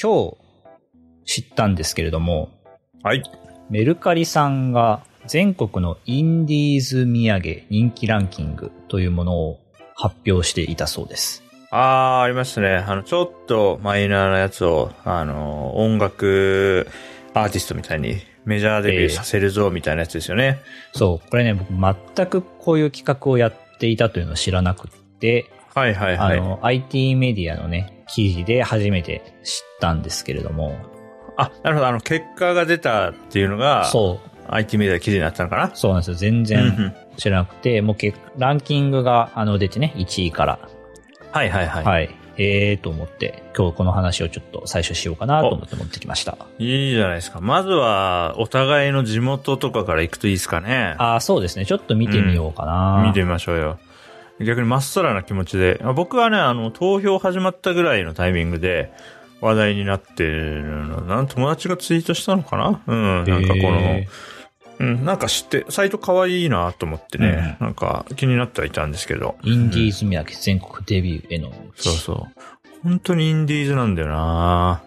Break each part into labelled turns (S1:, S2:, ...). S1: 今日知ったんですけれども、
S2: はい。
S1: メルカリさんが全国のインディーズ土産人気ランキングというものを発表していたそうです。
S2: あー、ありましたね。あの、ちょっとマイナーなやつを、あの、音楽アーティストみたいにメジャーデビューさせるぞ、みたいなやつですよね。
S1: そう、これね、僕全くこういう企画をやっていたというのを知らなくって、
S2: はいはい
S1: あ
S2: はい。
S1: の、IT メディアのね、記事で初めて知ったんですけれども、
S2: あ、なるほど。あの、結果が出たっていうのが、
S1: そう、
S2: IT メディア記事になったのかな
S1: そうなんですよ。全
S2: うんう
S1: 然
S2: ん
S1: 知らなくて、もうけランキングがあの出てね、1位から。
S2: はいはいはい。
S1: はい。ええー、と思って、今日この話をちょっと最初しようかなと思って持ってきました。
S2: いいじゃないですか。まずは、お互いの地元とかから行くといいですかね。
S1: ああ、そうですね。ちょっと見てみようかな。
S2: 見てみましょうよ。逆にまっさらな気持ちで。あ僕はね、あの、投票始まったぐらいのタイミングで話題になってるの。なん友達がツイートしたのかなうん。なんかこの、
S1: えー
S2: うん、なんか知って、サイト可愛いなと思ってね、なんか気になってはいたんですけど。
S1: インディーズ宮城全国デビューへの道、
S2: そうそう。本当にインディーズなんだよな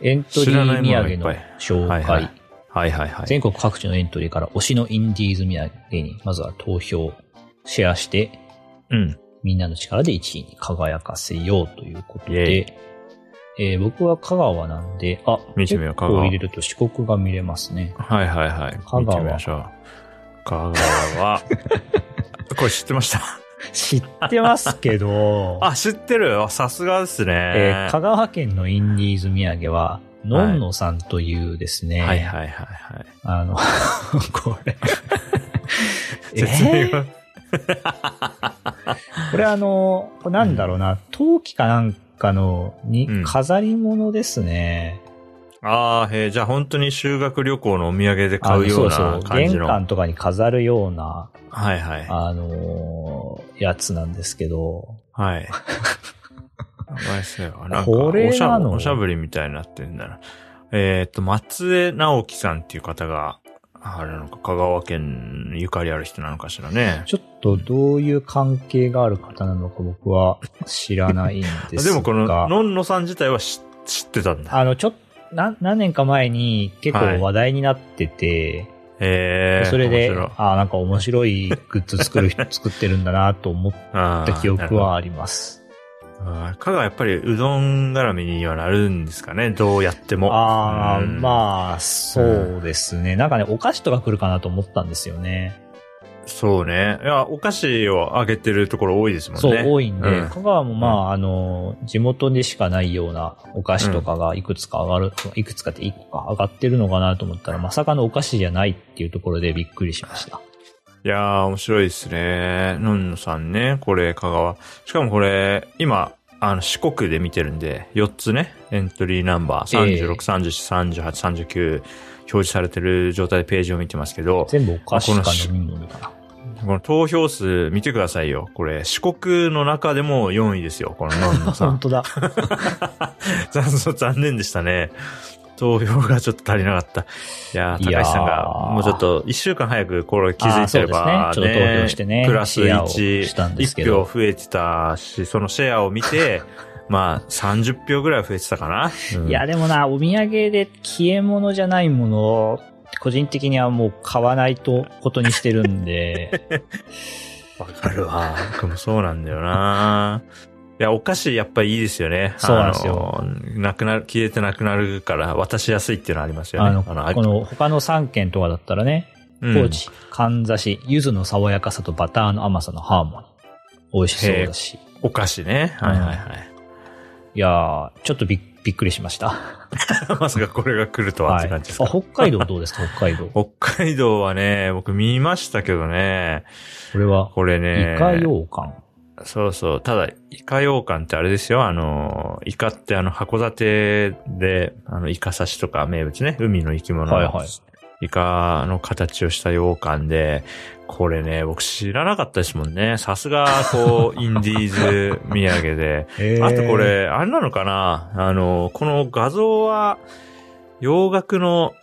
S1: エントリ
S2: 知らない
S1: ー
S2: ものが
S1: 宮
S2: いっ
S1: 城
S2: ぱ
S1: の紹介、
S2: いはいはい。はいはいはい。
S1: 全国各地のエントリーから推しのインディーズ宮城に、まずは投票、シェアして、
S2: うん。
S1: みんなの力で1位に輝かせようということ
S2: イ
S1: で、えー僕は香川なんで、あ、
S2: 見てみよう
S1: 結構
S2: 香川
S1: 入れると四国が見れます ね。
S2: はいはいはい。
S1: 川
S2: 見てみましょう。香 川は、これ知ってました。
S1: 知ってますけ ど
S2: あ、知ってるあさすがですね。
S1: えー香川県のインディーズ土産は、のんのさんというですね、
S2: はいはいはいはい。
S1: あの、 これ、
S2: 説明
S1: え
S2: が。
S1: ーこれあの、これなんだろうな、陶器かなんかのに、
S2: うん
S1: 飾り物ですね。
S2: ああ、へえ、じゃあ本当に修学旅行のお土産で買うよう
S1: あ
S2: な
S1: のそうそう、
S2: 感じ
S1: 玄
S2: の。
S1: 関とかに飾るような、
S2: はいはい。
S1: あのーやつなんですけど、
S2: はい。やばいっすよ。なんか、
S1: これ
S2: おしゃ
S1: なの
S2: おしゃぶりみたいになってんだな。えっ、と、松江直樹さんっていう方が、あれなのか、香川県ゆかりある人なのかしらね。
S1: ちょっとどういう関係がある方なのか僕は知らないんで
S2: です
S1: が。
S2: もこの、のんのさん自体は知知ってたんだ。
S1: あの、ちょっと、な何年か前に結
S2: はい
S1: 構話題になってて、
S2: へえ。
S1: それで
S2: 面白い、
S1: あなんか面白いグッズ作る人、 作ってるんだなと思っ
S2: あ
S1: た
S2: ー
S1: 記
S2: なる
S1: 憶
S2: ほど
S1: はあります。
S2: あー香川やっぱりうどん絡みにはなるんですかね、どうやっても。
S1: ああ、
S2: うん
S1: まあ、そうですね。なんかね、お菓子とか来るかなと思ったんですよね。
S2: そうね。いや、お菓子をあげてるところ多いですもんね。
S1: そう、多いんで、
S2: うん
S1: 香川もまあ、あの、地元でしかないようなお菓子とかがいくつか上がる、いくつかって1個か上がってるのかなと思ったら、まさかのお菓子じゃないっていうところでびっくりしました。
S2: いやー、面白いですね。のんのさんね、これ、香川。しかもこれ、今、あの、四国で見てるんで、4つね、エントリーナンバー、
S1: ええ
S2: 36、34、38、39、表示されてる状態でページを見てますけど、
S1: 全部お菓子
S2: あこ
S1: か
S2: のし
S1: 飲み物かな。
S2: この投票数見てくださいよ。これ、四国の中でも4位ですよ、こののんのさん
S1: 本。当だ。
S2: 残そう残念でしたね。投票がちょっと足りなかった。いやー
S1: い
S2: 高
S1: やー
S2: 橋さんが、もうちょっと一週間早くこれ気づいてれ
S1: あ
S2: ば、
S1: ーそうですねちょっと投票してね
S2: プラス
S1: シェアをしたん
S2: 1、
S1: ですけ
S2: 一
S1: ど
S2: 票増えてたし、そのシェアを見て、 まあ、30票ぐらい増えてたかな。うん
S1: いや、でもな、お土産で消え物じゃないものを、個人的にはもう買わないとことにしてるんで、
S2: わかるわ。僕もそうなんだよな。いや、お菓子やっぱいいですよね。
S1: そうなんですよ
S2: あの。なくなる、消えてなくなるから渡しやすいっていうのはありますよね。
S1: あの、
S2: あ
S1: この他の3県とかだったらね、
S2: うん
S1: 高知、かんざし、柚子の爽やかさとバターの甘さのハーモニー。美味しそうだし。
S2: お菓子ね。はいはいはい。
S1: いやー、ちょっとびっびっくりしました。
S2: まさかこれが来るとはっ
S1: は
S2: て
S1: い。
S2: 感
S1: あ
S2: じですか、
S1: 北海道ど うですか、北海道。こ
S2: 北海道はね、僕見ましたけどね、
S1: れは、
S2: これね、
S1: イカ羊羹。
S2: そうそう、ただ、イカ羊羹ってあれですよ、あの、イカってあの、函館で、あの、イカ刺しとか名物ね、海の生き物、
S1: はいはい
S2: イカの形をした羊羹で、これね、僕知らなかったですもんね。さすが、こ う、インディーズ土産で、あとこれ、あれなのかなあの、この画像は、洋楽の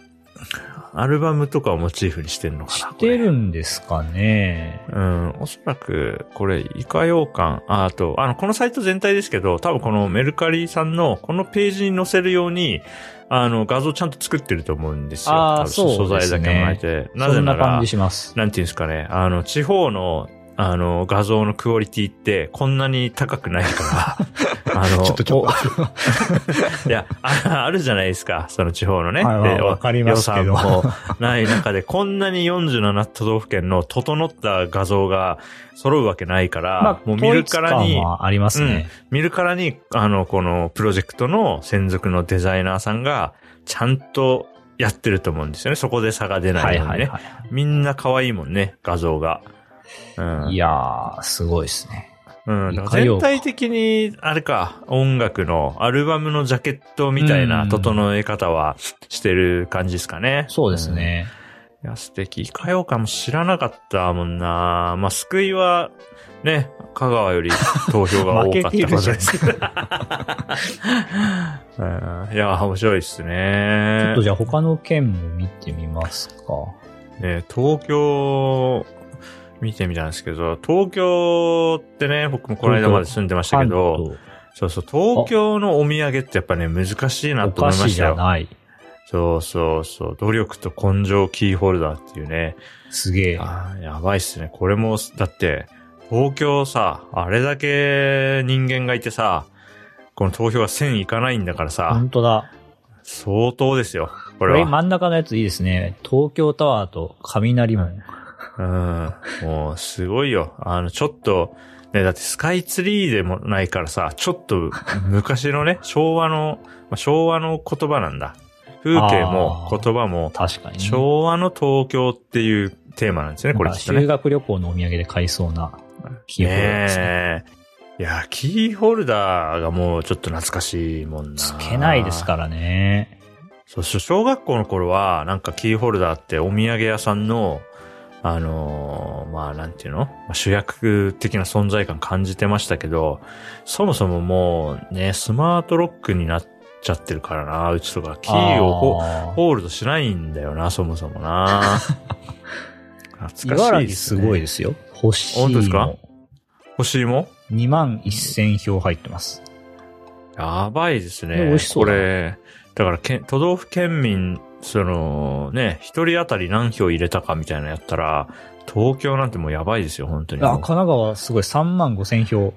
S2: アルバムとかをモチーフにしてるのかな
S1: してるんですかね。
S2: うん、おそらく、これ、イカ洋館、あ、あと、あの、このサイト全体ですけど、多分このメルカリさんの、このページに載せるように、あの、画像ちゃんと作ってると思うんですよ。
S1: あー
S2: 多分
S1: そうですね
S2: 素材だけ巻いて。な
S1: そ
S2: ぜ
S1: ん
S2: な
S1: な感
S2: ら
S1: じ、します。
S2: なんていうんですかね、あの、地方の、あの、画像のクオリティって、こんなに高くない から、あの、
S3: ちょっとちょっと。
S2: いや あ、あるじゃないですか、その地方のね。
S1: はいまあ
S2: で
S1: わかりますけど
S2: 予算もない中で、こんなに47都道府県の整った画像が揃うわけないから、
S1: まあ、
S2: もう見るから
S1: 統一
S2: に
S1: 感、はありますね。
S2: 見るからに、あの、このプロジェクトの専属のデザイナーさんが、ちゃんとやってると思うんですよね。そこで差が出な
S1: はいい
S2: ようにね。
S1: はいは
S2: みんな可愛いもんね、画像が。うん
S1: い。いやー、すごいですね。
S2: うん、だか
S1: いからよ
S2: 全
S1: うか
S2: 体的に、あれか、音楽の、アルバムのジャケットみたいうなん整え方はしてる感じですかね。
S1: そうですね。
S2: うん。いや、素敵。歌謡館も知らなかったもんなまあ、救いは、ね、香川より投票が多 かったことですけど。うん、いや、面白いですね。
S1: ちょっとじゃあ他の県も見てみますか。
S2: ね、東京、見てみたんですけど、東京ってね、僕もこの間まで住んでましたけど、そうそう、東京のお土産ってやっぱね、難しいな
S1: お
S2: と思
S1: 菓
S2: いま
S1: 子
S2: し
S1: じ
S2: た
S1: ゃ
S2: よ。
S1: ない。
S2: そうそうそう、努力と根性キーホルダーっていうね。
S1: すげえ。
S2: あーやばいっすね。これも、だって、東京さ、あれだけ人間がいてさ、この投票が1000いかないんだからさ、
S1: 本当だ。
S2: 相当ですよ。こ
S1: こ
S2: れ
S1: れ
S2: は。
S1: 真ん中のやついいですね。東京タワーと雷門。
S2: うん。もう、すごいよ。あの、ちょっと、ね、だってスカイツリーでもないからさ、ちょっと昔 のね、昭和の、まあ、昭和の言葉なんだ。風景も
S1: あー
S2: 言葉も、
S1: 確かにね、
S2: 昭和の東京っていうテーマなんですね、これ
S1: なんか
S2: きっと
S1: 修
S2: ね。
S1: 学旅行のお土産で買いそうなキーホルダーですね。
S2: ねえいや、キーホルダーがもうちょっと懐かしいもんな。
S1: つけないですからね。
S2: そうそう、小学校の頃は、なんかキーホルダーってお土産屋さんの、あのーまあ、なんていうのまあ主役的な存在感感じてましたけど、そもそももうね、スマートロックになっちゃってるからな、うちとか、キーをこう
S1: あー
S2: ホールドしないんだよな、そもそも な。懐か
S1: 茨
S2: し
S1: 城
S2: いです、
S1: す
S2: ね。
S1: ごいですよ。星
S2: 本当ですか欲しいも
S1: 2万1000票入ってます。
S2: やばいですね。
S1: ね美味しそう
S2: こ
S1: だな
S2: れ、だからけん、都道府県民、その、ね、一人当たり何票入れたかみたいなのやったら、東京なんてもうやばいですよ、本当
S1: あ、
S2: に。
S1: 神奈川すごい。3万5000票。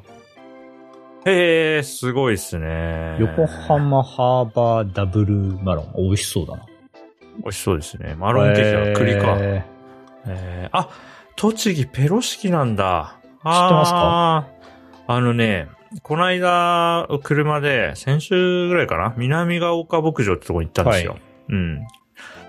S2: へえ、すごいですね。
S1: 横。浜ハーバーダブルマロン。美味しそうだな。
S2: 美味しそうですね。
S1: マ
S2: マロンケーキは栗か。
S1: え
S2: えーあ、栃木ペロ式なんだ。あー
S1: 知ってますか
S2: あのね、この間、車で、先週ぐらいかな南ヶ丘牧場ってとこに行ったんですよ。
S1: は
S2: うん。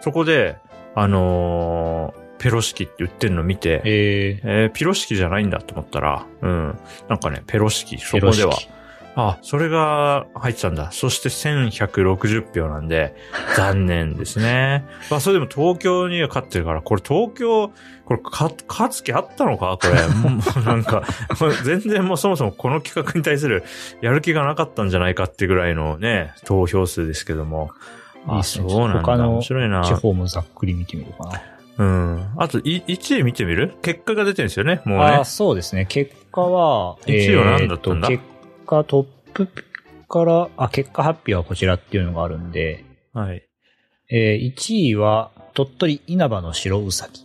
S2: そこで、あのーペロ式って売ってるの見
S1: ー
S2: て、
S1: えー
S2: えーピロ式じゃないんだと思ったら、うん。なんかね、ペロ式、そ
S1: ペ
S2: こ
S1: ロ
S2: で
S1: シ
S2: は。
S1: キ
S2: あ、それが入ってたんだ。そして1160票なん で、残念ですね。まあ、それでも東京には勝ってるから、これ東京、これか、勝つ気あったのかこ れ。もうなんか、これ全然もうそもそもこの企画に対するやる気がなかったんじゃないかってぐらいのね、投票数ですけども。
S1: いい
S2: あ、
S1: っす
S2: そ
S1: ね
S2: うなんだ。
S1: 他の
S2: 面白いな。
S1: 地方もざっくり見てみるかな。
S2: うん。あと、い、1位見てみる結果が出てるんですよね、もう
S1: あ
S2: ね
S1: ー。そうですね。結果は、
S2: 一位は何だったんだ
S1: えーと結果トップから、あ、結果発表はこちらっていうのがあるんで、
S2: はい。
S1: えー、1位は鳥取稲葉の白うさぎ。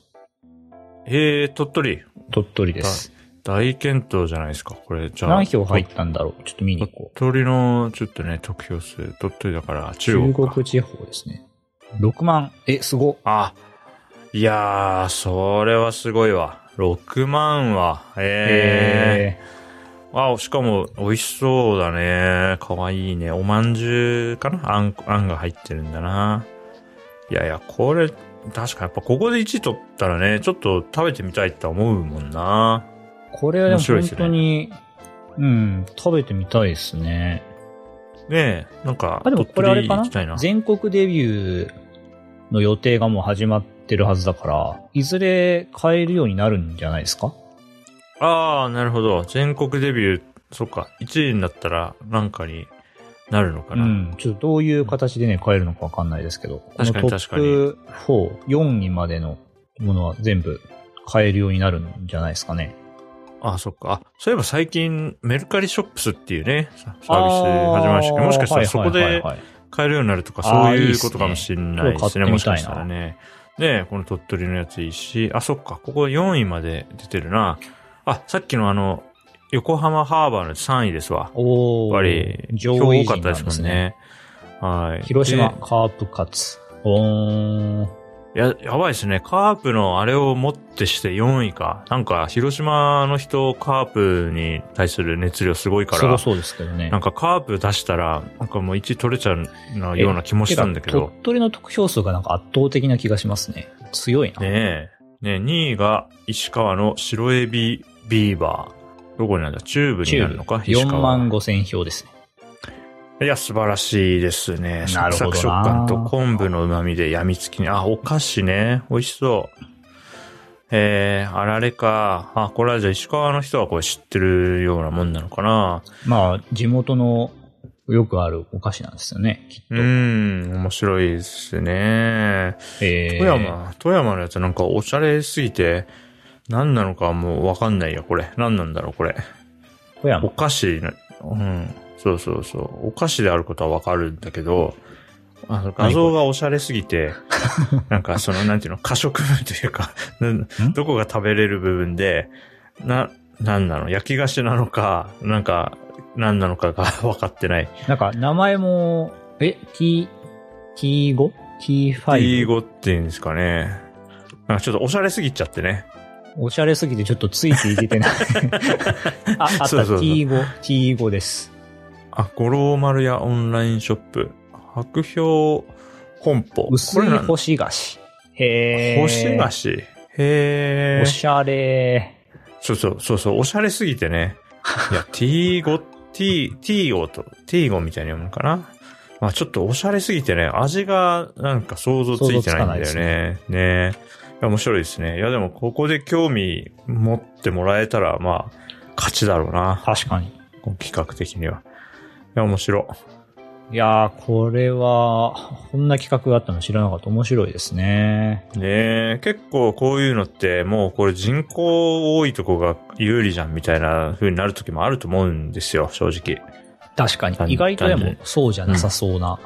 S2: へえ、鳥取。
S1: 鳥取です。
S2: 大健闘じゃないですか、これ。じゃあ。
S1: 何票入ったんだろうちょっと見に行こ
S2: 鳥取の、ちょっとね、得票数。鳥取だから、
S1: う。
S2: 中
S1: 中
S2: 国か。
S1: 国地方ですね。6万。え、すご。
S2: あ、いやー、それはすごいわ。6万は。え
S1: え
S2: えあ、しかも、美味しそうだね。かわいいね。おまんじゅうかなあん、あんが入ってるんだな。いやいや、これ、確かやっぱここで1位取ったらね、ちょっと食べてみたいって思うもんな。
S1: ー、これはでも
S2: 面白いで
S1: 本
S2: すね
S1: 当に、うん、食べてみたいですね。
S2: ねえ、なんか、
S1: あ、でもこれあれか
S2: 鳥取行きたいな
S1: な全国デビューの予定がもう始まってるはずだから、いずれ買えるようになるんじゃないですか
S2: ああ、なるほど。全国デビュー、そっか。1位になったら、なんかに、なるのか
S1: う
S2: な。
S1: ん、ちょっとどういう形でね、変えるのかわかんないですけど、この
S2: 確
S1: ト
S2: かに
S1: ップ4、4位までのものは全部変えるようになるんじゃないですかね。
S2: あ、そっか。あそういえば最近、メルカリショップスっていうね、さサービス始めましたけど、もしかしたらそこで買えるようになるとか、
S1: あー
S2: そう
S1: いい
S2: い
S1: っ
S2: う
S1: すね
S2: ことかもしれないですね、
S1: 今
S2: も
S1: 日
S2: し
S1: 買ってみたい
S2: か
S1: な
S2: したらね。ねこの鳥取のやついいし、あ、そっか、ここ4位まで出てるな。あ、さっきのあの、横浜ハーバーの3位ですわ。
S1: お
S2: やっ
S1: ー
S2: ぱり、
S1: 上
S2: 票
S1: 位
S2: 多か
S1: 陣
S2: った
S1: な
S2: で
S1: ん
S2: す
S1: で
S2: も
S1: す
S2: ん
S1: ね。
S2: ね。はい。
S1: 広島、
S2: で
S1: カープ勝つ。おー。
S2: や、やばいですね。カープのあれをもってして4位か。なんか、広島の人、カープに対する熱量すごいか
S1: すご
S2: ら、
S1: そうですけどね。
S2: なんかカープ出したら、なんかもう1位取れちゃうような気もしたんだけ
S1: てか
S2: ど、
S1: 鳥取の得票数がなんか圧倒的な気がしますね。強いな。
S2: ねえ。ねえ、2位が石川の白エビビーバー。どこになるんだ中部になるのか石
S1: 4
S2: 川。
S1: 万5千票ですね。
S2: いや、素晴らしいですね。
S1: な
S2: サ
S1: る
S2: ク
S1: ほど
S2: サ
S1: な
S2: ク食感と昆布の旨味で病みつきに。あ、お菓子ね。美味しそう。えー、あられか。あ、これはじゃあ石川の人はこれ知ってるようなもんなのかな。
S1: まあ、地元のよくあるお菓子なんですよね、きっと。
S2: うーん、面白いですね。
S1: えー
S2: 富山、富山のやつなんかおしゃれすぎて、何なのかもうわかんないよ、これ。何なんだろう、これ。
S1: 富
S2: お
S1: 山。
S2: 菓子な、うん、そうそうそう。お菓子であることはわかるんだけど、あの画像がおしゃれすぎ て、なんかその、なんていうの、過食部という か、などこが食べれる部分で、な、なんなの焼き菓子なのか、なんか、なんなのかが 分かってない。
S1: なんか、名前も、え、T、T5? T5?
S2: T5 っていうんですかね。なんかちょっとおしゃれすぎちゃってね。
S1: おしゃれすぎてちょっとついていけ てない。あ、あった、
S2: そうそうそう
S1: T5、T5 です。
S2: あ、五郎丸屋オンラインショップ、白氷本舗。
S1: 薄い干し菓子。へえ。
S2: 干し菓子。へー。
S1: おしゃれ。
S2: そうそう、そうそう、おしゃれすぎ てね。いや、T5、T、T5 と、T5 みたいに読むのかな。まあちょっとおしゃれすぎてね、味がなんか想像ついてない
S1: 想像つか
S2: んだ
S1: ないで
S2: よ
S1: す
S2: ね。ねいや面白いですね。いやでもここで興味持ってもらえたら、まあ、勝ちだろうな。
S1: 確かに。
S2: この企画的には。いや、面白。
S1: いやー、これは、こんな企画があったの知らなかった。面白いですね。
S2: ねえ、結構こういうのってもうこれ人口多いとこが有利じゃんみたいな風になる時もあると思うんですよ、正直。
S1: 確かに
S2: 単。
S1: 意外とで
S2: 単
S1: も
S2: 純、
S1: そうじゃなさそうな。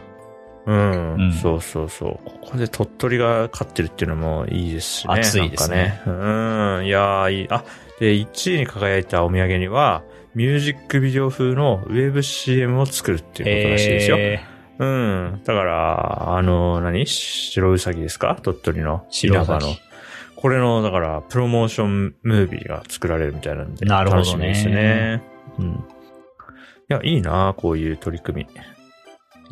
S2: うん、
S1: うん
S2: そうそうそう。ここで鳥取が勝ってるっていうのもいいですしね。
S1: 熱いですね
S2: なんかねうん、いやーいい。あ、で、1位に輝いたお土産には、ミュージックビデオ風のウェブ CM を作るっていうことらしいですよ。
S1: え
S2: うん。だから、あの、何白うさぎですか鳥取の。
S1: 白うさ
S2: 稲
S1: ぎ
S2: 葉の。これの、だから、プロモーションムービーが作られるみたいなんで。
S1: なるほどね
S2: 楽しみですね。うん。いや、いいなこういう取り組み。
S1: ー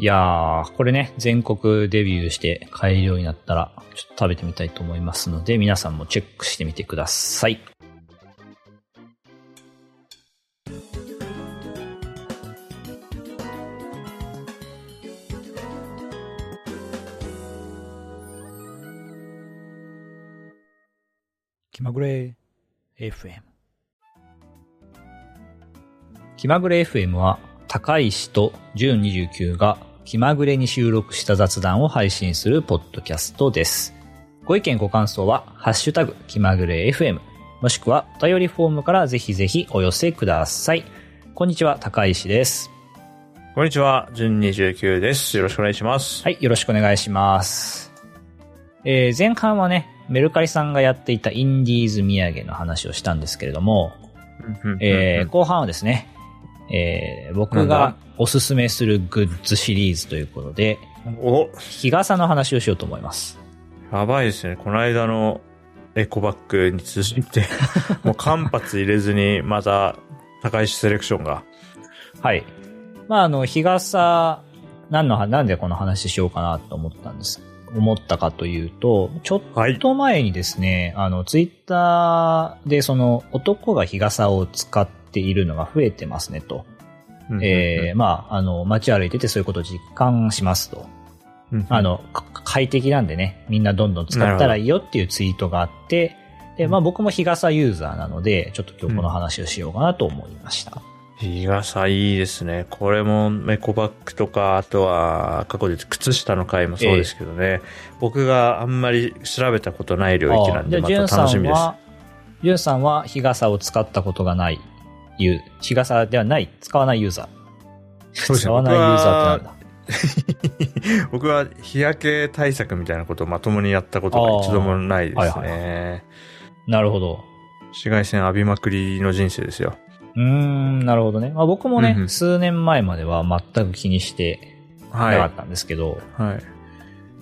S1: いやー、これね、全国デビューして買えるようになったら、ちょっと食べてみたいと思いますので、皆さんもチェックしてみてください。気まぐれ FM 気まぐれ FM は高石と純29が気まぐれに収録した雑談を配信するポッドキャストですご意見ご感想は「ハッシュタグ気まぐれ FM」もしくはお便りフォームからぜひぜひお寄せくださいこんにちは高石です
S2: こんにちは、じゅん29です。よろしくお願いします。
S1: はい、よろしくお願いします。えー前半はね、メルカリさんがやっていたインディーズ土産の話をしたんですけれども、えー後半はですね、えー僕
S2: なん
S1: がおすすめするグッズシリーズということで、
S2: お、
S1: 日傘の話をしようと思います。
S2: やばいですね。この間のエコバッグに続い て、もう間髪入れずに、また、高石セレクションが。
S1: はい。まあ、あの、日傘、何の、なんでこの話しようかなと思ったんです、思ったかというと、ちょっと
S2: は
S1: ちょっ。と前にですね、あの、ツイッターで、その、男が日傘を使っているのが増えてますねと。えーまあ、あの、街歩いててそういうことを実感しますと。
S2: うんうん
S1: あ、の、か快適なんでね、みんなどんどん使ったらいいよっていうツイートがあって、で、まあ僕も日傘ユーザーなので、ちょっと今日この話をしようかなと思いました。
S2: 日傘いいですね。これもメコバッグとか、あとは過去で靴下の回もそうですけどね、僕があんまり調べたことない領域なんで、
S1: ああ
S2: ま
S1: じゃあ
S2: た楽しみ
S1: ジュン
S2: です
S1: さん。は、ジュンさんは日傘を使ったことがない、いう、日傘ではない、使わないユーザ
S2: そ
S1: ー。
S2: うです
S1: 使
S2: ね
S1: わないユーザーってなんだ。
S2: 僕は日焼け対策みたいなことをまともにやったこと
S1: あ
S2: が
S1: あ
S2: 一度もないですね。
S1: はいはなるほど。
S2: 紫外線浴びまくりの人生ですよ。
S1: うーん、なるほどね。まあ、僕もね、
S2: うんうん
S1: 数年前までは全く気にしてな
S2: はい。
S1: かったんですけど、
S2: はい。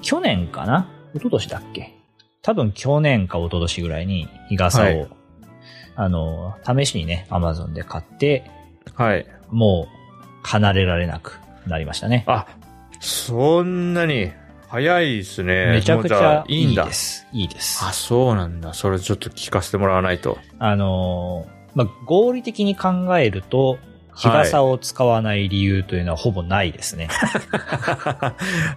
S1: 去年かな一昨年だっけ多分去年か一昨年ぐらいに日傘を、
S2: はい
S1: あの、試しにね、アマゾンで買って、
S2: はい。
S1: もう離れられなくなりましたね。
S2: あ、そんなに早いですね。
S1: めちゃくち
S2: もうじ
S1: ゃ
S2: あい
S1: い
S2: いん
S1: い
S2: だ。
S1: です。いいです。
S2: あ、そうなんだ。それちょっと聞かせてもらわない と。
S1: あのーまあ、合理的に考えると、日傘を使わない理由というのはほぼないですね。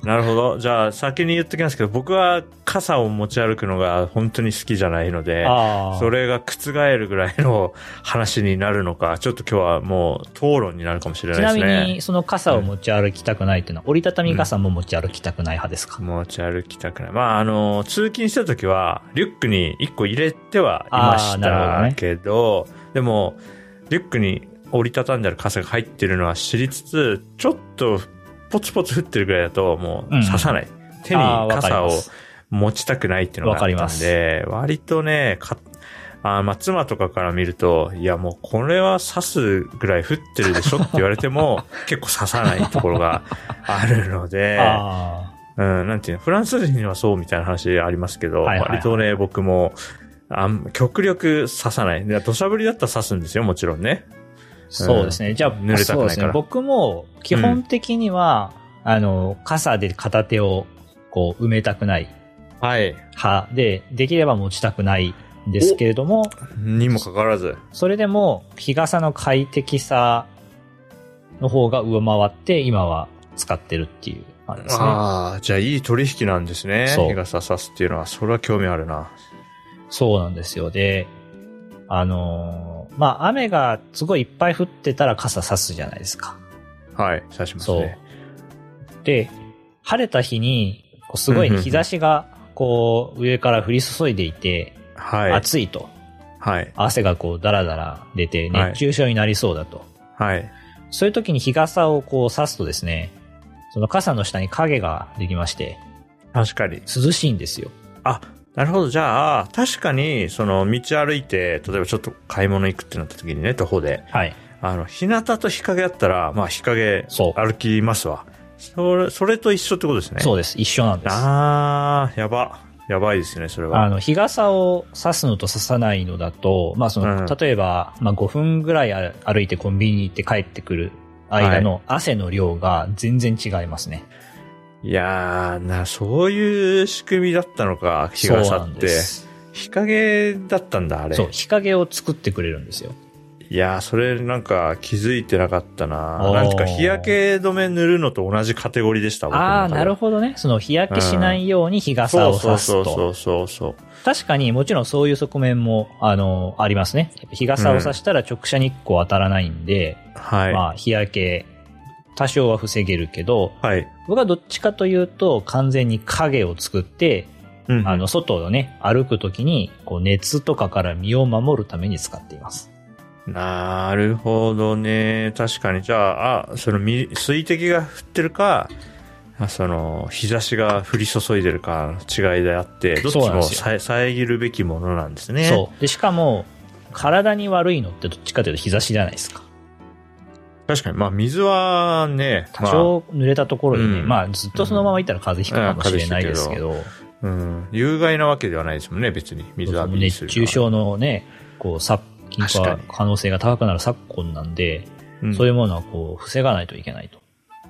S2: なるほど。じゃあ、先に言っときますけど、僕は傘を持ち歩くのが本当に好きじゃないので、
S1: ああ。
S2: それが覆るぐらいの話になるのか、ちょっと今日はもう討論になるかもしれ
S1: ちな
S2: な
S1: い
S2: で
S1: み
S2: すね。
S1: に、その傘を持ち歩きたくないというのは、折りたたみ傘も持ち歩きたくない派ですか、
S2: 持ち歩きたくない。まあ、あの、通勤した時は、リュックに1個入れてはい
S1: あー
S2: まし
S1: なるほどね
S2: たけど、でも、リュックに折りたたんである傘が入ってるのは知りつつ、ちょっとポツポツ降ってるぐらいだと、もう
S1: うん
S2: 刺さない。手に
S1: あーわかり
S2: 傘
S1: ま
S2: を
S1: す
S2: 持ちたくないっていうのがあったんで、割とね、かあーまあ、妻とかから見ると、いやもうこれは刺すぐらい降ってるでしょって言われ ても、結構刺さないところがあるので、
S1: あ
S2: うん、なんていうの、フランス人にはそうみたいな話ありますけ
S1: は
S2: ど、
S1: いはいはい
S2: 割とね、僕も、あん極力刺さない。で土砂降りだったら刺すんですよ、もちろんね。
S1: あ。そうですね。じゃあ、
S2: 濡れたくないから
S1: そうですね。僕も、基本的には、あの、傘で片手を、こう、埋めたくない
S2: はい。
S1: 派で、できれば持ちたくないんですけれども、
S2: にもかかわらず。
S1: それでも日傘の快適さの方が上回って今は使ってるっていうあれですね。
S2: ああ、じゃあいい取引なんですね。
S1: そう
S2: 日傘刺すっていうのは、それは興味あるな。
S1: そうなんですよ。で、あのーまあ、雨がすごいいっぱい降ってたら傘差すじゃないですか。
S2: はい、刺しますね。
S1: で、晴れた日に、こうすごい
S2: うんうんうん
S1: 日差しがこう上から降り注いでいて、
S2: はい。
S1: 暑いと、
S2: はい。
S1: 汗がこうダラダラ出て
S2: はい
S1: 熱中症になりそうだと。
S2: はい。
S1: そういう時に日傘をこう差すとですね、その傘の下に影ができまして、
S2: 確かに。
S1: 涼しいんですよ。
S2: あ、なるほど。じゃあ、確かに、その、道歩いて、例えばちょっと買い物行くってなった時にね、徒歩で。
S1: はい。
S2: あの、日向と日陰あったら、まあ日陰、
S1: そう
S2: 歩きますわ。それ、それと一緒ってことですね。
S1: そううです。一緒なんです。あ
S2: あー、やば。やばいですね、それは。
S1: の、日傘を差すのと差さないのだと、まあその、
S2: うん
S1: 例えば、まあ5分ぐらいあ歩いてコンビニ行って帰ってくる間の汗の量が全然違いますね。
S2: いやー、な、そういう仕組みだったのか、日傘
S1: そうな
S2: っ
S1: んで
S2: て。
S1: す。
S2: 日陰だったんだ、あれ。
S1: そう、日陰を作ってくれるんですよ。
S2: いやー、それなんか気づいてなかったな。
S1: おー
S2: なんていうか日焼け止め塗るのと同じカテゴリーでした、
S1: ああ、なるほ
S2: ほ
S1: どね。その日焼けしないように日傘を
S2: そ
S1: 差
S2: う
S1: す
S2: そ
S1: と。
S2: うそうそうそう。
S1: 確かにもちろんそういう側面も、あの、ありますね。やっぱ日傘を差したら直射日光当たらないんで、
S2: はい。
S1: まあ日焼け、多少は防げるけど、
S2: はい。
S1: 僕はどっちかというと完全に影を作って、
S2: うん
S1: あの、外をね、歩くときに、こう熱とかから身を守るために使っています。
S2: なるほどね。確かに。じゃあ、あ、そのみ、水滴が降ってるか、あその、日差しが降り注いでるかの違いであって、どっち
S1: そうなん
S2: も
S1: ですよ
S2: さえ遮るべきものなんですね。
S1: そう。で、しかも、体に悪いのってどっちかというと日差しじゃないですか。
S2: 確かに。まあ、水はね、
S1: 多少濡れたところでね、
S2: うん
S1: まあずっとそのままいたら風邪ひくかもしれないですけど、
S2: まあ、うん、有害なわけではないですもんね、別に。水浴びに
S1: 熱
S2: するのは
S1: 中症のね、こう、殺菌
S2: 確
S1: 化
S2: かに
S1: 可能性が高くなる昨今なんで、
S2: うん、
S1: そう
S2: い
S1: いうものはこう、防がないといけないと。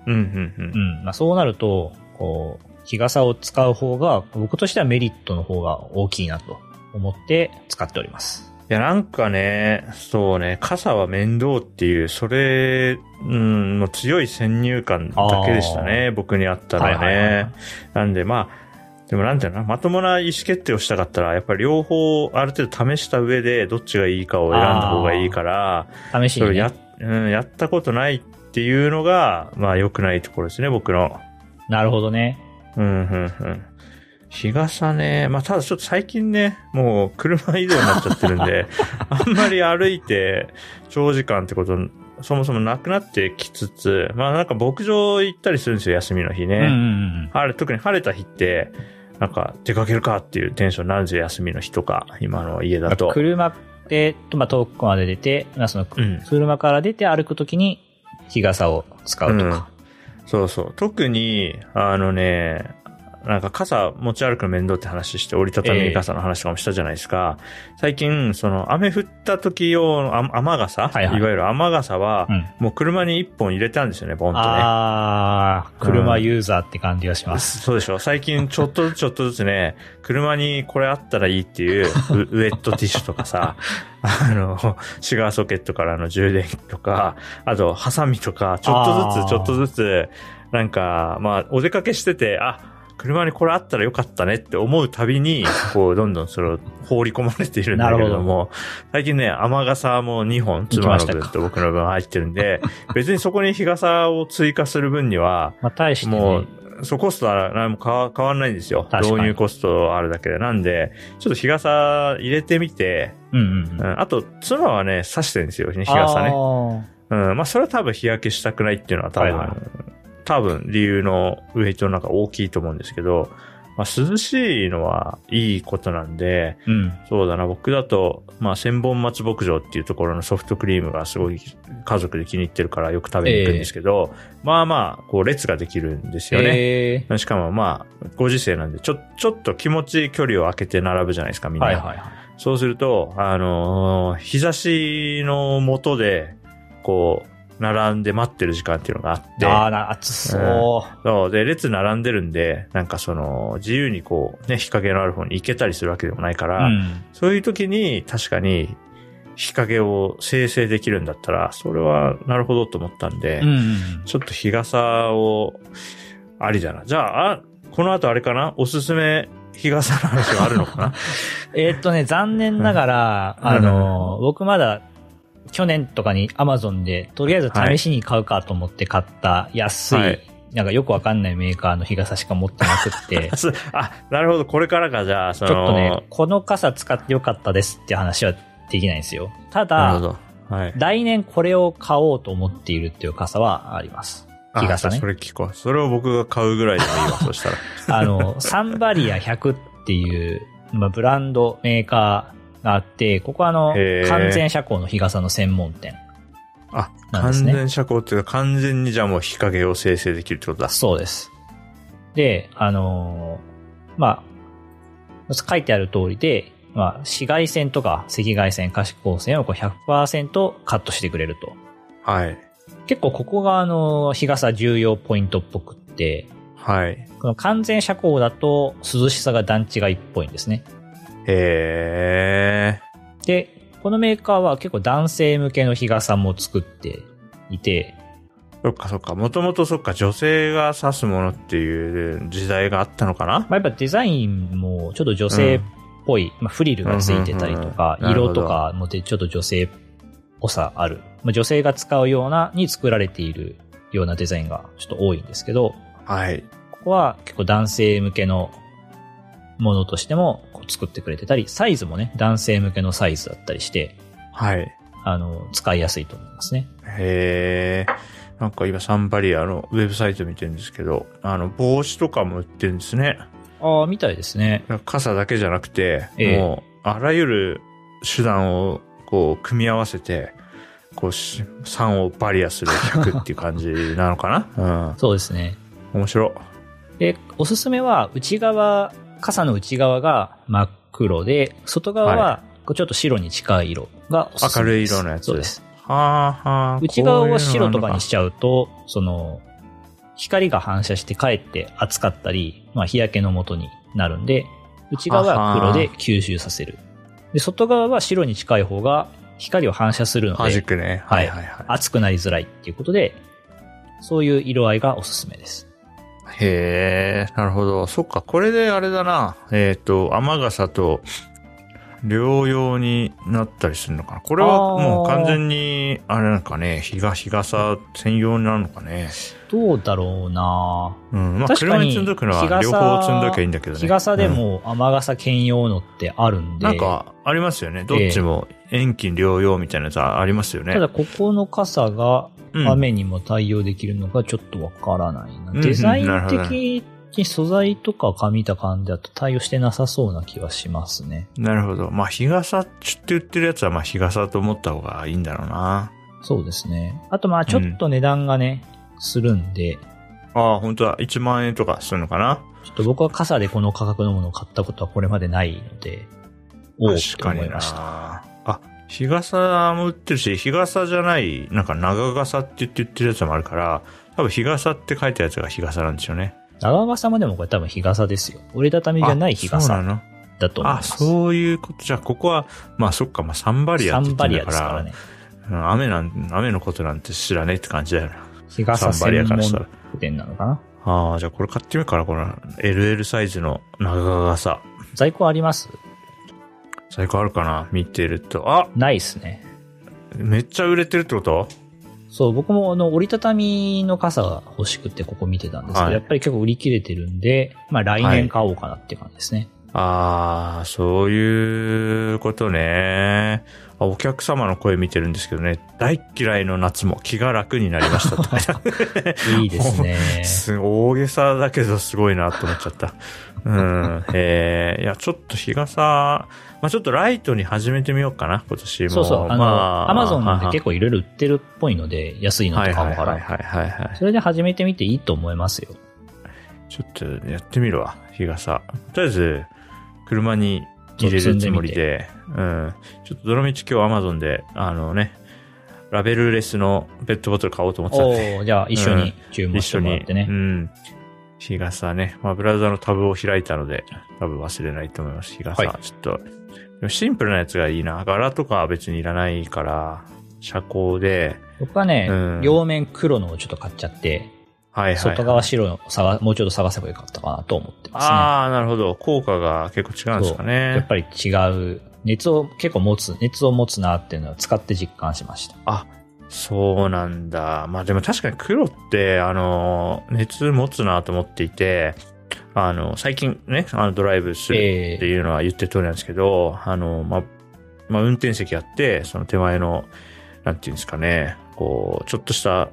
S2: うん、うん、うん。
S1: うん。まあそうなると、こう、日傘を使う方が、僕としてはメリットの方が大きいなと思って使っております。
S2: いや、なんかね、そうね、傘は面倒っていう、それ、うん、の強い先入観だけでしたね、僕にあったのはね。
S1: はいはいはい
S2: なんで、まあ、でもなんていうのかなまともな意思決定をしたかったら、やっぱり両方ある程度試した上で、どっちがいいかを選んだ方がいいから、
S1: 試し
S2: それ
S1: に、
S2: を
S1: ね
S2: や、、うん、やったことないっていうのが、まあ良くないところですね、僕の。
S1: なるほどね。
S2: うん、うん、うん。日傘ね、まあただちょっと最近ね、もう車移動になっちゃってる んで、あんまり歩いて長時間ってこと、そもそもなくなってきつつ、まあなんか牧場行ったりするんですよ、休みの日ね。
S1: うんうんうん。
S2: 晴れ、特に晴れた日って、なんか出かけるかっていうテンションになるんですよ、休みの日とか、今の家だと。
S1: 車で、まあ、遠くまで出て、まあ、その、
S2: うん
S1: 車から出て歩くときに日傘を使うとか。
S2: そうそう。特に、あのね、なんか傘持ち歩くの面倒って話して、折りたたみ傘の話とかもしたじゃないですか。最近、その雨降った時用のあ雨傘、
S1: はい
S2: い
S1: はい
S2: わゆる雨傘は、
S1: うん
S2: もう車に一本入れたんですよね、ボンとね。
S1: あー、車ユーザーって感じがします。
S2: そうでしょ最近ちょっと ずつちょっとずつね、車にこれあったらいいっていうウ ウェットティッシュとかさ、あの、シガーソケットからの充電器とか、あと、ハサミとか、ちょっと
S1: あ
S2: ず
S1: ー
S2: つちょっとずつ、なんか、まあ、お出かけしてて、あ、車にこれあったらよかったねって思うたびに、 こう、どんどんそれを放り込まれているんだけれど
S1: な
S2: も、最近ね、雨傘も2本、妻の
S1: 行きま
S2: 分
S1: した
S2: と僕の分入ってる んで、別にそこに日傘を追加する分には、
S1: まあ、対して、
S2: も
S1: ね
S2: う、、そうコストは何も変わ変わんないんですよ
S1: 確。かに
S2: 導入コストはあるだけで。なんで、ちょっと日傘入れてみて、
S1: うんうんう
S2: う
S1: ん。
S2: ん、あと、妻はね、差してるんですよ、日傘ね。
S1: ね。
S2: うん、まあ、それは多分日焼けしたくないっていうのは多分、
S1: はいはい
S2: 多分理由のウェイトの中大きいと思うんですけど、まあ、涼しいのはいいことなんで、
S1: うん。
S2: そうだな、僕だと、まあ、千本松牧場っていうところのソフトクリームがすごい家族で気に入ってるからよく食べに行くんですけど、まあまあ、こう列ができるんですよね。
S1: え
S2: しかもまあ、ご時世なんで、ちょ、ちょっと気持ち距離を空けて並ぶじゃないですか、み
S1: ー、
S2: んな。
S1: はいはいはい。
S2: そうすると、あのー日差しの下で、こう、並んで待ってる時間っていうのがあって、
S1: あーな、暑そう。
S2: そう、で、列並んでるんで、なんかその、自由にこう、ね、日陰のある方に行けたりするわけでもないか
S1: う
S2: ら、
S1: ん。
S2: そういう時に確かに、日陰を生成できるんだったら、それはなるほどと思ったんで、
S1: うんうん。
S2: ちょっと日傘を、ありだな。じゃあ、あこの後あれかなおすすめ日傘の話があるのかな
S1: えーっとね、残念ながら、
S2: うん
S1: あの、僕まだ、去年とかに Amazon で、とりあえず試しに買うかと思って買った安い、
S2: はい
S1: なんかよくわかんないメーカーの日傘しか持ってなく って、ち
S2: すあ、なるほど。これからか、じゃあ、そ
S1: ょ
S2: の
S1: っ、とね、この傘使ってよかったですって話はできないんですよ。た
S2: なる
S1: だ、
S2: ほど。はい。
S1: 来年これを買おうと思っているっていう傘はあります。日
S2: あ
S1: 傘ね
S2: そ。れ聞こう。それを僕が買うぐらいでもいい わ、そしたら。
S1: あの、サンバリア100っていう、まあ、ブランド、メーカーがあって、ここはあの、
S2: へー
S1: 完全遮光の日傘の専門店。
S2: あ、
S1: なんで
S2: 完
S1: すね
S2: 全遮光っていうか、完全にじゃあもう日陰を生成できるってことだ。
S1: そうです。で、あのーまあ、書いてある通りで、まあ、紫外線とか赤外線、可視光線をこう100%カットしてくれると。
S2: はい。
S1: 結構ここがあのー、日傘重要ポイントっぽくって、
S2: はい。
S1: この完全遮光だと涼しさが段違いっぽいんですね。
S2: へ
S1: で、このメーカーは結構男性向けの日傘も作っていて、
S2: ー。そっかそっか。もともとそっか、女性が指すものっていう時代があったのかな
S1: まあ、やっぱデザインもちょっと女性っぽい、まあ、フリルがついてたりとか、
S2: うんうんうん
S1: 色とかもでちょっと女性っぽさある。まあ、女性が使うようなに作られているようなデザインがちょっと多いんですけど、
S2: はい。
S1: ここは結構男性向けのものとしてもこう作ってくれてたり、サイズもね、男性向けのサイズだったりして、
S2: はい。
S1: あの、使いやすいと思いますね。
S2: へえ。なんか今サンバリアのウェブサイト見てるんですけど、あの、帽子とかも売ってるんですね。
S1: ああ、みたいですね。
S2: 傘だけじゃなくて、
S1: ええ
S2: もう、あらゆる手段を、こう、組み合わせて、こうし、3をバリアする100っていう感じなのか な
S1: そうですね。
S2: うん。面白。
S1: で、おすすめは内側、傘の内側が真っ黒で、外側はこうちょっと白に近い色がおすすめです。
S2: 明るい色のやつ
S1: そうです。
S2: はあはあ。
S1: 内側
S2: こういうの
S1: を白と
S2: あ
S1: か
S2: るの
S1: にしちゃうと、その、光が反射してかえって暑かったり、まあ日焼けの元になるんで、内側は黒で吸収させる。で、外側は白に近い方が光を反射するの
S2: 弾
S1: で、
S2: くね。
S1: は
S2: はいいはいは
S1: 暑くなりづらいっていうことで、そういう色合いがおすすめです。
S2: い。へえ、なるほど。そっか、これであれだな。えっ、と、雨傘と、療養になったりするのかな。これはもう完全に、あれなんかね、日が、日傘専用になるのかね。
S1: どうだろうな
S2: うん。まあ、
S1: 確か
S2: 車
S1: に
S2: に積んどくのは
S1: 日、
S2: 両
S1: 傘
S2: 方積んどきゃいいんだけどね。
S1: 日傘で
S2: うん、
S1: も雨傘兼用のってあるんで。
S2: なんか、ありますよね。どっちも、遠近療養みたいなやつありますよね。
S1: ただここの傘が
S2: うん
S1: 雨にも対応できるのがちょっとわからないな、
S2: うん
S1: デザイン
S2: なるほど
S1: 的に素材とか紙とかだと対応してなさそうな気はしますね。
S2: なるほど。まあ、日傘って言ってるやつは、まあ、日傘と思った方がいいんだろうな。
S1: そうですね。あとまあちょっと値段がね、するんで、
S2: ああ、本当だ。1万円とかするのかな。
S1: ちょっと僕は傘でこの価格のものを買ったことはこれまでないので、おお
S2: 確
S1: と
S2: か
S1: 思
S2: に
S1: いま
S2: な。
S1: した。
S2: あ、日傘も売ってるし、日傘じゃない、なんか長傘って言って言ってるやつもあるから、多分日傘って書いたやつが日傘なんですよね。
S1: 長傘もでもこれ多分日傘ですよ。折りたたみじゃない日
S2: あそ
S1: 傘
S2: うなの
S1: だと思い
S2: あ、
S1: ます。
S2: そういうこと。じゃあ、ここは、まあ、そっか、まあ、サンバリア
S1: サ
S2: っ
S1: ン
S2: て言って
S1: バ
S2: る
S1: リ
S2: んだ
S1: ア
S2: か
S1: ですからね。
S2: ら、うん雨なん、雨のことなんて知らねえって感じだよな。
S1: 日
S2: サ
S1: 傘
S2: ンバリア
S1: 専
S2: からしたら
S1: 門。店なのかな
S2: ああ、じゃあこれ買ってみるから、この LL サイズの長傘。
S1: 在庫あります
S2: 最高あるかな見てると。あ
S1: ないですね。
S2: めっちゃ売れてるってこと
S1: そう、僕もあの折りたたみの傘が欲しくてここ見てたんですけど、
S2: はい
S1: やっぱり結構売り切れてるんで、まあ来年買おうかなっていう感じです ね。
S2: ああ、そういうことね。あお客様の声見てるんですけどね。大嫌いの夏も気が楽になりましたと
S1: い、いです ね。
S2: す大げさだけどすごいなと思っちゃった。うん。えー、いや、ちょっと日傘、まあちょっとライトに始めてみようかな、今年も。
S1: そうそう、あ
S2: ま
S1: の、アマゾンで
S2: 構
S1: 結構いろいろ売ってるっぽいので、安いの
S2: はい
S1: とか
S2: は
S1: も
S2: い
S1: か
S2: はい
S1: ら。
S2: はいはいはい。
S1: それで始めてみていいと思いますよ。
S2: ちょっとやってみるわ、日傘。とりあえず、車に入れるつもりで、うん。ちょっとどの道今日アマゾンで、あのね、ラベルレスのペットボトル買おうと思ってたん
S1: お
S2: で、
S1: ーじゃあ一緒に注文
S2: 一
S1: して
S2: 緒
S1: もら
S2: に
S1: っ、てね。
S2: うん。日傘ね、まあ、ブラウザのタブを開いたので、多分忘れないと思います、日傘。
S1: は
S2: ちょっと、でもシンプルなやつがいいな。柄とかは別にいらないから、遮光で、
S1: 僕はね、
S2: うん
S1: 両面黒のをちょっと買っちゃって、
S2: はいはい、はい。
S1: 外側白のを探もうちょっと探せばよかったかなと思ってますね。
S2: ああ、なるほど。効果が結構違うんですかね。
S1: やっぱり違う、熱を結構持つ、熱を持つなっていうのは使って実感しました。
S2: そうなんだ。まあでも確かに黒って、あの、熱持つなと思っていて、あの、最近ね、あのドライブする
S1: え
S2: って
S1: え
S2: いうのは言ってる通りなんですけど、あの、まあ、まあ、運転席あって、その手前の、なんていうんですかね、こう、ちょっとした、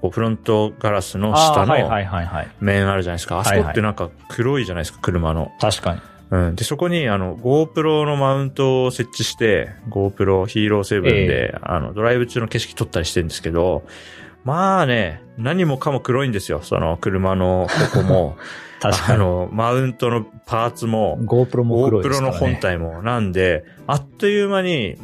S2: こう、フロントガラスの
S1: あ
S2: 下
S1: ーはいは
S2: の
S1: いはいはい。
S2: 面あるじゃないですか。あそこ
S1: は
S2: っ
S1: いは
S2: てなんか黒いじゃないですか、車の。
S1: 確かに。
S2: うん。で、そこに、あの、GoPro のマウントを設置して、GoPro ヒーロー7で、あの、ドライブ中の景色撮ったりしてるんですけど、まあね、何もかも黒いんですよ。その、車の、ここ も、
S1: 確
S2: あ
S1: かに。
S2: の、マウントのパーツも、
S1: GoPro も黒いです
S2: GoPro
S1: から、
S2: の
S1: ね。
S2: 本体も。なんで、あっという間に、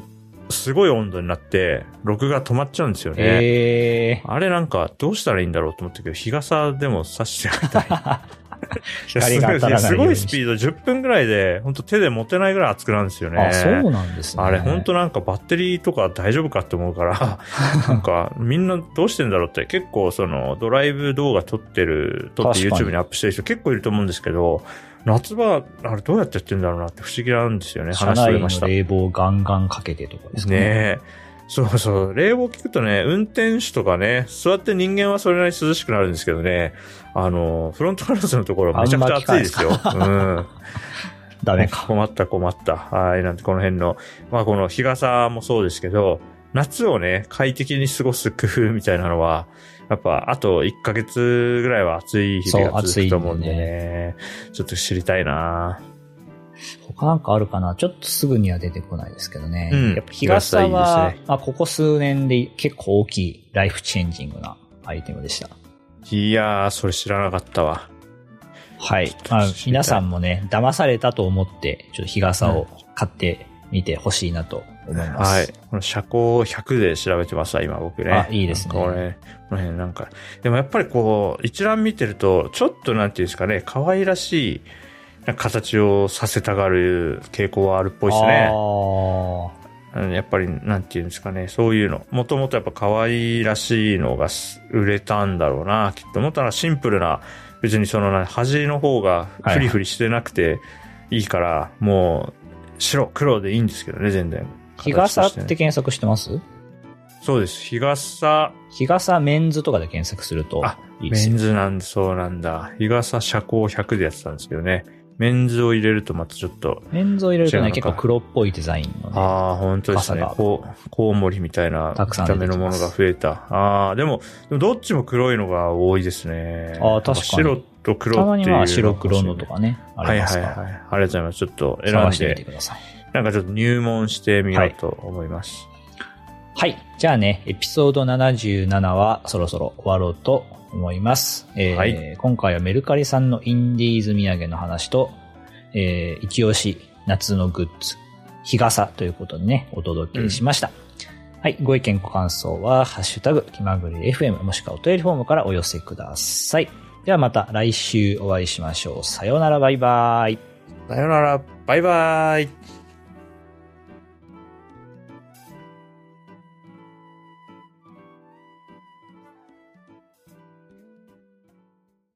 S2: すごい温度になって、録画止まっちゃうんですよね。
S1: ええ
S2: あれなんか、どうしたらいいんだろうと思ったけど、日傘でも差してあげたい。
S1: 光が当たらない
S2: す
S1: よう
S2: ご
S1: に
S2: いスピード、10分ぐらいで、本当手で持てないぐらい熱くなるんですよね。
S1: あ、そうなんですね。
S2: あれ、本当なんかバッテリーとか大丈夫かって思うから、なんかみんなどうしてんだろうって、結構そのドライブ動画撮ってる、撮って
S1: 確かに
S2: YouTube にアップしてる人結構いると思うんですけど、夏場、あれどうやってやってんだろうなって不思議なんですよね。
S1: 車
S2: 話しと
S1: 内
S2: れました。
S1: の
S2: ね
S1: 冷房ガンガンかけてとかですかね。
S2: え。そうそう。冷房聞くとね、運転手とかね、座って人間はそれなりに涼しくなるんですけどね、あの、フロントガラスのところめちゃくちゃ暑いですよ。うん。
S1: ダメか。
S2: 困った困った。はい。なんてこの辺の、まあこの日傘もそうですけど、夏をね、快適に過ごす工夫みたいなのは、やっぱあと1ヶ月ぐらいは暑い日々が
S1: そう
S2: 続くと思うんでね、
S1: 暑いん
S2: ちょっと知りたいな
S1: 他なんかあるかなちょっとすぐには出てこないですけどね。
S2: うん
S1: やっぱ日傘
S2: 日傘いい
S1: は
S2: です
S1: まあ、ここ数年で結構大きいライフチェンジングなアイテムでした。
S2: いやー、それ知らなかったわ。
S1: はい
S2: ちょっ。と
S1: まあ
S2: 知りたい
S1: 皆さんもね、騙されたと思って、ちょっと日傘を買ってみてほしいなと思います。
S2: はい。この車高100で調べてますわ、今僕ね。
S1: あいいですね
S2: なんかこれ、この辺なんか。でもやっぱりこう、一覧見てると、ちょっとなんていうんですかね、可愛らしいなんか形をさせたがる傾向はあるっぽいです
S1: あ
S2: ね。
S1: ー
S2: うんやっぱり、なんていうんですかね、そういうの。もともとやっぱ可愛らしいのがす売れたんだろうな、きっと。もっとなんかシンプルな、別にそのな、端の方がフリフリしてなくていいから、もう、白、黒でいいんですけどね、全然。
S1: 日傘っ
S2: 形としてね
S1: 検索してます
S2: そうです。日傘、
S1: 日傘メンズとかで検索すると
S2: あ
S1: いいで
S2: メ
S1: す
S2: ン
S1: よ。
S2: ズなんそうなんだ。日傘遮光100でやってたんですけどね。メンズを入れるとまたちょっと、
S1: メンズを入れると
S2: 違う
S1: ね、
S2: のか
S1: 結構黒っぽいデザインのね。
S2: ああ、本当ですね
S1: 傘が。
S2: こう、コウモリみたいな
S1: たくさん
S2: 見た目のものが増えた。ああ、でも、でもどっちも黒いのが多いですね。
S1: あー確かに
S2: 白と黒っていう
S1: たまにまあ白
S2: のかも
S1: 黒
S2: しれない
S1: のと。かね、あ
S2: は
S1: り
S2: い
S1: ま
S2: は
S1: す
S2: い
S1: か
S2: はい。
S1: ら。
S2: ありがとうございます。ちょっと選ん
S1: 探してみて
S2: で、
S1: ください。
S2: なんかちょっと入門してみようと思います。
S1: はい。じゃあね、エピソード77はそろそろ終わろうと思います。えー
S2: はい
S1: 今回はメルカリさんのインディーズ土産の話と、えー、一押し夏のグッズ、日傘ということでね、お届けしました。はい。ご意見、ご感想は、ハッシュタグ、気まぐれ FM、もしくはお便りフォームからお寄せください。ではまた来週お会いしましょう。さようなら、バイバイ。
S2: さよなら、バイバイ。